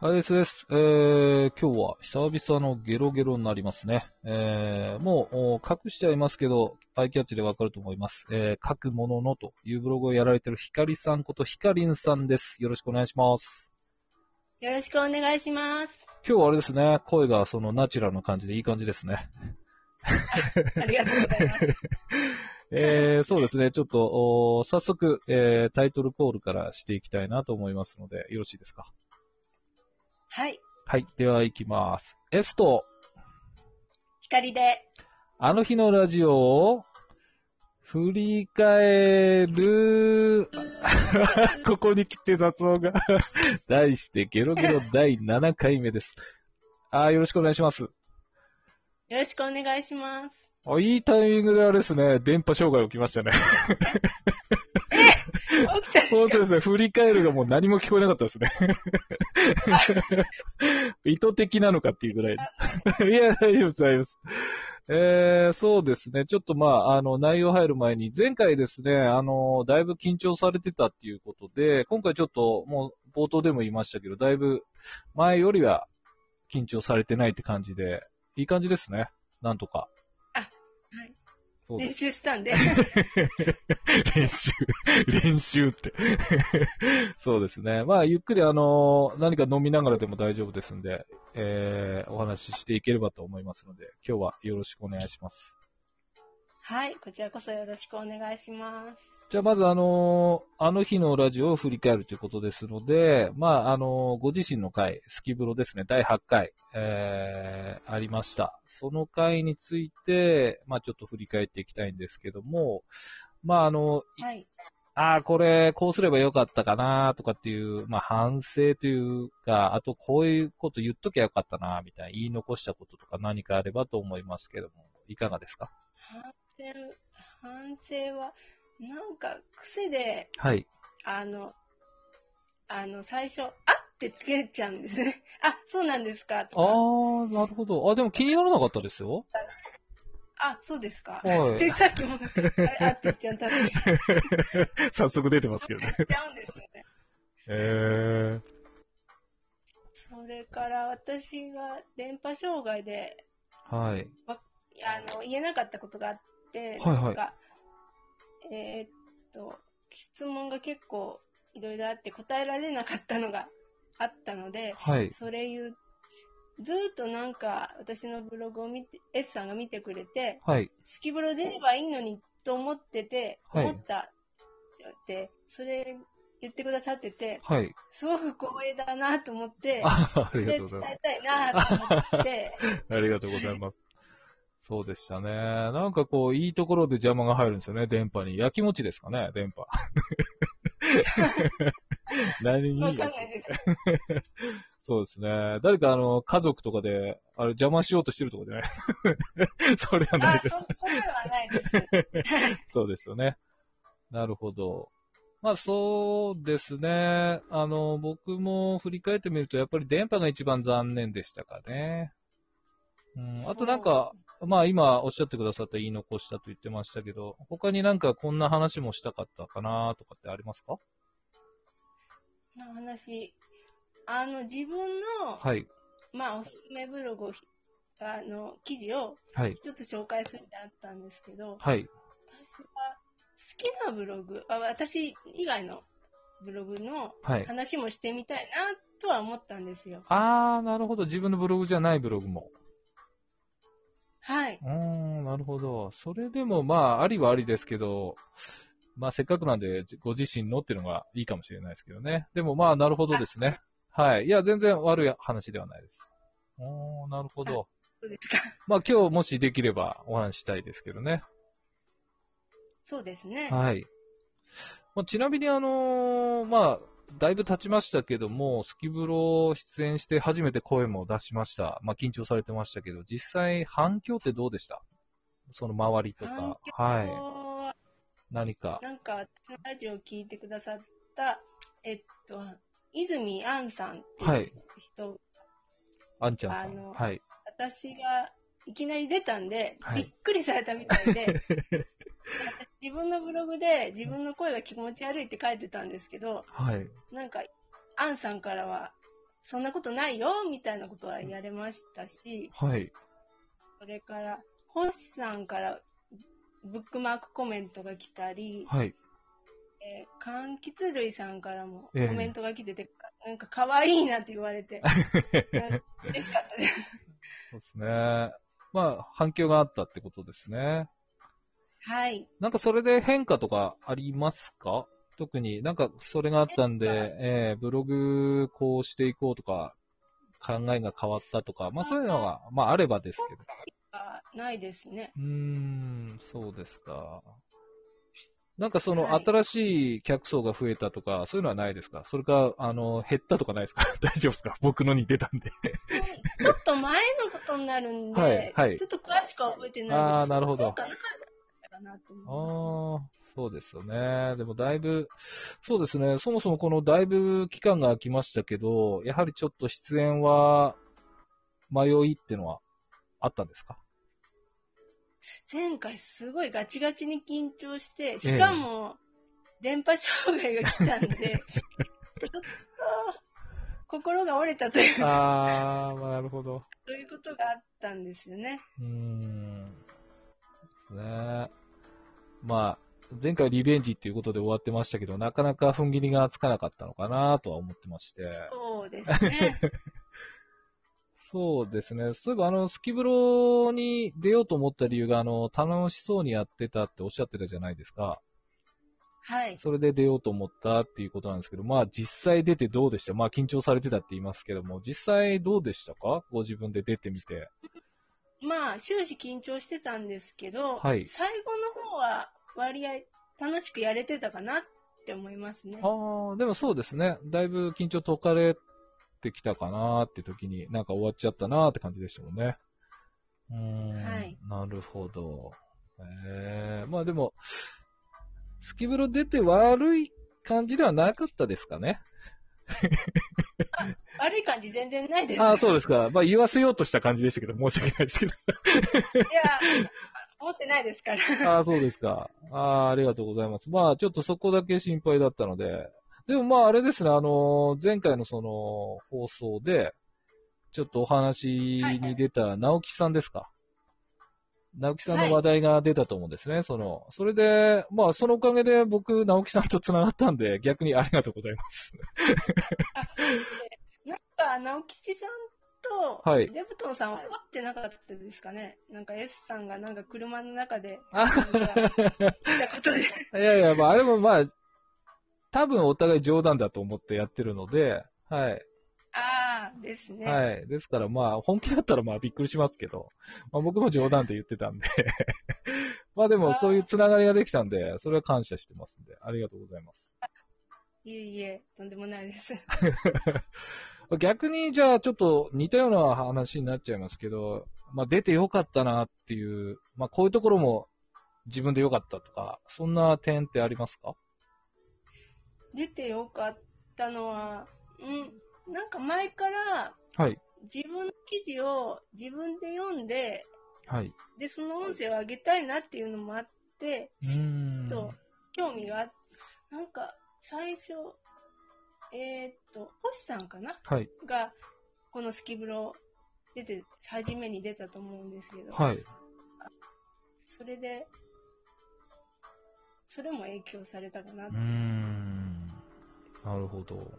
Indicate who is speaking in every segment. Speaker 1: はい、ですです。えー、今日は久々のゲロゲロになりますね。えー、もうお隠してはいますけど、アイキャッチでわかると思います。えー、書くもののというブログをやられてるひかりさんことひかりんさんです。よろしくお願いします。
Speaker 2: よろしくお願いし ます。
Speaker 1: 今日はあれですね、声がそのナチュラルな感じでいい感じですね。
Speaker 2: ありがとうございます。
Speaker 1: えー、そうですね、ちょっと、お早速、えー、タイトルコールからしていきたいなと思いますので、よろしいですか。
Speaker 2: はい。
Speaker 1: はい、では行きます。エスト、
Speaker 2: 光で。
Speaker 1: あの日のラジオを振り返る。 ここに来て雑音が。 題してゲロゲロ第7回目です。あーよろしくお願いします。
Speaker 2: よろしくお願いします。
Speaker 1: あいいタイミングであれですね、電波障害起きましたね。
Speaker 2: 起きちゃ
Speaker 1: 本当ですね、振り返るがもう何も聞こえなかったです ね。意図的なのかっていうぐらい。いや、大丈夫です、大丈夫です。えー、そうですね。ちょっとまあ、あの、内容入る前に、前回ですね、あの、だいぶ緊張されてたっていうことで、今回ちょっと、もう、冒頭でも言いましたけど、だいぶ、前よりは、緊張されてないって感じで、いい感じですね。なんとか。。
Speaker 2: あはい
Speaker 1: そうです
Speaker 2: 練習したんで。
Speaker 1: 練習、練習って。 そうですね。まあ、ゆっくり、あの、何か飲みながらでも大丈夫ですんで、えー、お話ししていければと思いますので、今日はよろしくお願いします。
Speaker 2: はい。こちらこそよろしくお願いします。
Speaker 1: じゃあ、まず、あの、あの日のラジオを振り返るということですので、まあ、あの、ご自身の回、スキブロですね、第8回、えー、ありました。その回について、まあ、ちょっと振り返っていきたいんですけども、まあ、あの、
Speaker 2: はい。
Speaker 1: ああ、これ、こうすればよかったかなとかっていう、まあ反省というか、あとこういうこと言っときゃよかったなみたいな、言い残したこととか何かあればと思いますけども、いかがですか
Speaker 2: 反省、反省は、なんか癖で、
Speaker 1: はい。
Speaker 2: あの、あの、最初、あってつけちゃうんですね。あ、そうなんですかと
Speaker 1: ああ
Speaker 2: か。、
Speaker 1: なるほど。あ、でも気にならなかったですよ。
Speaker 2: あ、そうですか。
Speaker 1: は
Speaker 2: で、。さっきも、あれあって言っちゃったのに、言っ
Speaker 1: 早速出てますけどね。
Speaker 2: ちゃうんですよね。
Speaker 1: え
Speaker 2: それから、私が電波障害で、
Speaker 1: えはい。
Speaker 2: あの、言えなかったことがあっ
Speaker 1: はい
Speaker 2: て、
Speaker 1: はい
Speaker 2: なんか、えーっと、質問が結構いろいろあって答えられなかったのがあったので、
Speaker 1: はい。
Speaker 2: それ言う、ずーっとなんか私のブログを見て、S さんが見てくれて、
Speaker 1: はい。
Speaker 2: スキブロ出ればいいのにと思ってて、
Speaker 1: はい
Speaker 2: 思ったって、それ言ってくださってて、
Speaker 1: はい。
Speaker 2: すごく光栄だなと思って、
Speaker 1: ああ
Speaker 2: そ
Speaker 1: りが
Speaker 2: れ
Speaker 1: とう
Speaker 2: 伝
Speaker 1: ございます。
Speaker 2: えたいなと 思って、
Speaker 1: ありがとうございます。そうでしたね。なんかこう、いいところで邪魔が入るんですよね、電波に。焼きもちですかね、電 波。何
Speaker 2: わ
Speaker 1: に
Speaker 2: かんないです。
Speaker 1: そうですね。誰かあの、家族とかで、あれ邪魔しようとしてるとかじゃないそれは ない
Speaker 2: あ、
Speaker 1: です
Speaker 2: そ。んなことはないです。
Speaker 1: そうですよね。なるほど。まあそうですね。あの、僕も振り返ってみると、やっぱり電波が一番残念でしたかね。うん、あとなんか、まあ今おっしゃってくださった言い残したと言ってましたけど、他になんかこんな話もしたかったかなとかってありますか
Speaker 2: の話。あの、自分の、
Speaker 1: はい。
Speaker 2: まあ、おすすめブログをひ、あの、記事を
Speaker 1: はい。
Speaker 2: 一つ紹介するってあったんですけど、
Speaker 1: はい。
Speaker 2: 私は好きなブログ、あ私以外のブログの
Speaker 1: はい。
Speaker 2: 話もしてみたいなとは思ったんですよ。
Speaker 1: あー、なるほど。自分のブログじゃないブログも。
Speaker 2: はい。
Speaker 1: うーん、なるほど。それでもまあ、ありはありですけど、まあ、せっかくなんで、じご自身のっていうのがいいかもしれないですけどね。でもまあ、なるほどですね。はい。いや、全然悪い話ではないです。おー、なるほど。
Speaker 2: そうですか。
Speaker 1: まあ、今日もしできればお話ししたいですけどね。
Speaker 2: そうですね。
Speaker 1: はい。まあ、ちなみにあのーまあ、だいぶ経ちましたけども、スキブロ出演して初めて声も出しました。まあ、緊張されてましたけど、実際反響ってどうでしたその周りと
Speaker 2: 反
Speaker 1: か。
Speaker 2: 響
Speaker 1: はい。
Speaker 2: は
Speaker 1: 何か。
Speaker 2: なんか、私のラジオを聞いてくださった、えっと、泉杏さんって
Speaker 1: はいいう
Speaker 2: 人
Speaker 1: あんちゃんさ
Speaker 2: あ
Speaker 1: ん。
Speaker 2: の
Speaker 1: はい。
Speaker 2: 私がいきなり出たんで、
Speaker 1: はい
Speaker 2: びっくりされたみたい で、私自分のブログで自分の声が気持ち悪いって書いてたんですけど、
Speaker 1: はい。
Speaker 2: なんか、アンさんからは、そんなことないよ、みたいなことはやれましたし、
Speaker 1: はい。
Speaker 2: それから、星さんからブックマークコメントが来たり、
Speaker 1: はい。
Speaker 2: えー柑橘類さんからもコ
Speaker 1: ええ
Speaker 2: メントが来てて、なんか可愛いなって言わ れて、なんか嬉しかったです。
Speaker 1: そうですね。まあ、反響があったってことですね。
Speaker 2: はい。
Speaker 1: なんかそれで変化とかありますか特になんかそれがあったんで、
Speaker 2: 変化
Speaker 1: えーブログこうしていこうとか、考えが変わったとか、まあそういうのが、まああればですけど。
Speaker 2: あないですね。
Speaker 1: うーん、そうですか。なんかその
Speaker 2: はい
Speaker 1: 新しい客層が増えたとか、そういうのはないですかそれか、あの、減ったとかないですか 大丈夫ですか僕のに出たんで。
Speaker 2: ちょっと前のことになるんで、
Speaker 1: はいはい
Speaker 2: ちょっと詳しくは覚えてないです。
Speaker 1: あーなるほど
Speaker 2: なんかなかったかなと思います
Speaker 1: ああ、そうですよね。でもだいぶ、そうですね。そもそもこのだいぶ期間が空きましたけど、やはりちょっと出演は迷いってのはあったんですか
Speaker 2: 前回すごいガチガチに緊張して、しかも、電波障害が来たんで、ちょ っと、心が折れたという、そ
Speaker 1: ああ、なるほど。
Speaker 2: ういうことがあったんですよね。
Speaker 1: うーん。そうですね。まあ、前回リベンジっていうことで終わってましたけど、なかなか踏ん切りがつかなかったのかなとは思ってまして。
Speaker 2: そうです ね。
Speaker 1: そうですね。そういえば、あの、スキブロに出ようと思った理由が、あの、楽しそうにやってたっておっしゃってたじゃないですか。
Speaker 2: はい。
Speaker 1: それで出ようと思ったっていうことなんですけど、まあ、実際出てどうでしたまあ、緊張されてたって言いますけども、実際どうでしたかご自分で出てみて。
Speaker 2: まあ、終始緊張してたんですけど、
Speaker 1: はい
Speaker 2: 最後の方は割合楽しくやれてたかなって思いますね。
Speaker 1: ああ、でもそうですね。だいぶ緊張解かれてきたかなーって時に、なんか終わっちゃったなーって感じでしたもんね。うーん。
Speaker 2: はい
Speaker 1: なるほど。ええまあでも、スキブロ出て悪い感じではなかったですか ね。
Speaker 2: 悪い感じ全然ないです。
Speaker 1: ああ、そうですか。まあ言わせようとした感じでしたけど、申し訳ないですけど。
Speaker 2: いや、思ってないですから。
Speaker 1: ああ、そうですか。ああ、ありがとうございます。まあ、ちょっとそこだけ心配だったので。でもまあ、あれですね、あのー前回のその、放送で、ちょっとお話に出た、直樹さんですか。直樹さんの話題が出たと思うんですね、その、それで、まあ、そのおかげで僕、直樹さんと繋がったんで、逆にありがとうございます。
Speaker 2: なんか、直吉さんと、
Speaker 1: はい
Speaker 2: レブトンさんは怒ってなかったですかね。なんか S さんがなんか車の中 で、
Speaker 1: あ
Speaker 2: なんか見たことで。
Speaker 1: いやいや、まあ、あれもまあ、多分お互い冗談だと思ってやってるので、はい。
Speaker 2: ああ、ですね。
Speaker 1: はい。ですからまあ、本気だったらまあびっくりしますけど、まあ僕も冗談で言ってたんで、 まあでもそういうつながりができたんで、それは感謝してますんで、ありがとうございます。
Speaker 2: い、えいえ、とんでもないです。
Speaker 1: 逆にじゃあちょっと似たような話になっちゃいますけど、まあ出てよかったなっていう、まあこういうところも自分でよかったとか、そんな点ってありますか
Speaker 2: 出てよかったのは、うん、なんか前から
Speaker 1: はい。
Speaker 2: 自分の記事を自分で読んで、
Speaker 1: はい。
Speaker 2: で、その音声を上げたいなっていうのもあって、
Speaker 1: うーん。
Speaker 2: ちょっと興味があっなんか最初、えーっと、星さんかな
Speaker 1: はい。
Speaker 2: が、このスキブロ出て、初めに出たと思うんですけど、
Speaker 1: はい。
Speaker 2: それで、それも影響されたかな
Speaker 1: うー。んなるほど。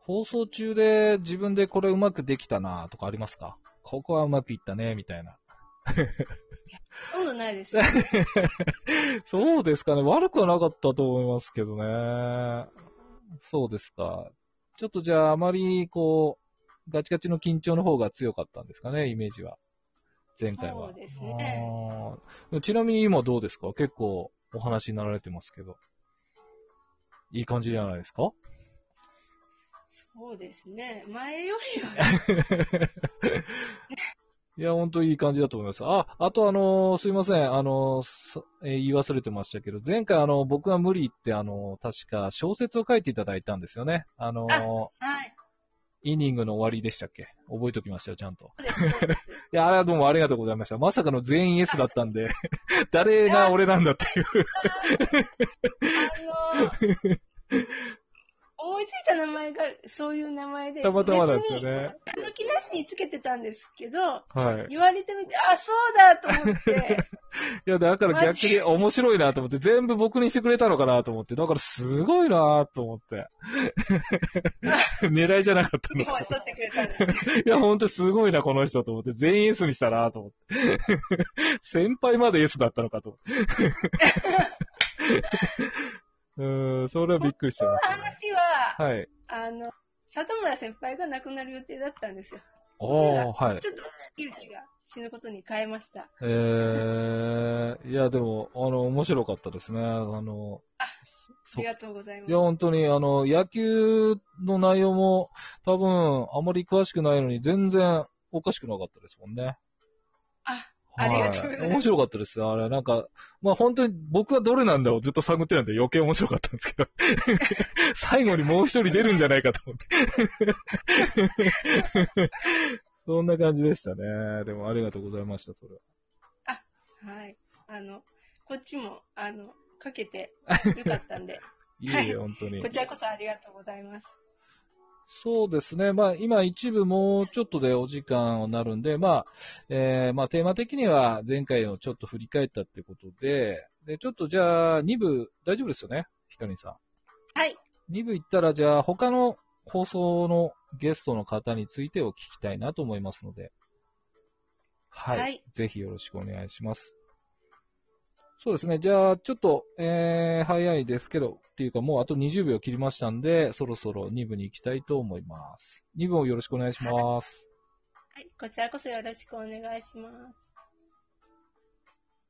Speaker 1: 放送中で自分でこれうまくできたなとかありますかここはうまくいったね、みたいな。
Speaker 2: ほとんどない ですよ。
Speaker 1: そうですかね。悪くはなかったと思いますけどね。そうですか。ちょっとじゃああまり、こう、ガチガチの緊張の方が強かったんですかね、イメージは。前回は。
Speaker 2: そうですね
Speaker 1: あーちなみに今どうですか結構お話になられてますけど。いい感じじゃないですか
Speaker 2: そうですね。前より は、
Speaker 1: いや、本当いい感じだと思います。あ、あとあのーすいません。あのーそえー言い忘れてましたけど、前回あの、僕が無理言って、あのー確か小説を書いていただいたんですよね。あのー
Speaker 2: はい。
Speaker 1: イニングの終わりでしたっけ覚えておきましたよ、ちゃんと。
Speaker 2: そうですそうです。
Speaker 1: いや、あれはどうもありがとうございました。まさかの全員 S だったんで、 誰が俺なんだっていう。
Speaker 2: あのー、思いついた名前がそういう名前で、
Speaker 1: たまたまなんですよ
Speaker 2: 別に
Speaker 1: ね。
Speaker 2: 抜きなしにつけてたんですけど、
Speaker 1: はい。
Speaker 2: 言われてみて、あ、そうだ と思って、
Speaker 1: いや、だから
Speaker 2: マ
Speaker 1: 逆
Speaker 2: ジ
Speaker 1: に面白いなと思って、全部僕にしてくれたのかなと思って、だからすごいなと思 って。 狙いじゃなかったの
Speaker 2: 日本
Speaker 1: か
Speaker 2: は取ってくれたんです。
Speaker 1: いや、ほんとすごいな、この人と思って。全員 S にしたなと思って。 先輩まで S だったのかと思 って。うーん、それはびっくりしてました、ね。
Speaker 2: 話は、
Speaker 1: はい。
Speaker 2: あの、里村先輩が亡くなる予定だったんですよ。
Speaker 1: おー、はい。
Speaker 2: ちょっと、月内が死ぬことに変えました。
Speaker 1: えー、いや、でも、あの、面白かったですね。あの、
Speaker 2: あ
Speaker 1: そ
Speaker 2: りがとうございま
Speaker 1: いや、
Speaker 2: す。
Speaker 1: 本当に、あの、野球の内容も、多分、あまり詳しくないのに、全然おかしくなかったですもんね。
Speaker 2: あ、ありがとうございます
Speaker 1: 面白かったです。あれ、なんか、まあ本当に僕はどれなんだをずっと探ってたんで余計面白かったんですけど、 最後にもう一人出るんじゃないかと思って。 そんな感じでしたね。でもありがとうございました、それは。
Speaker 2: はい。あの、こっちも、あの、か けてよかったんで、
Speaker 1: いえいえ、本当に
Speaker 2: こ。ちらこそありがとうございます。
Speaker 1: そうですね。まあ、今一部もうちょっとでお時間になるんで、まあ、えーまあ、テーマ的には前回をちょっと振り返ったってことで、で、ちょっとじゃあ、2部、大丈夫ですよねひかりんさん。
Speaker 2: はい。
Speaker 1: 2部行ったら、じゃあ、他の放送のゲストの方についてを聞きたいなと思いますので、はい。
Speaker 2: はい
Speaker 1: ぜひよろしくお願いします。そうですね。じゃあ、ちょっと、えー、早いですけど、っていうかもうあと20秒切りましたんで、そろそろ2部に行きたいと思います。2部をよろしくお願いします。
Speaker 2: はい。こちらこそよろしくお願いします。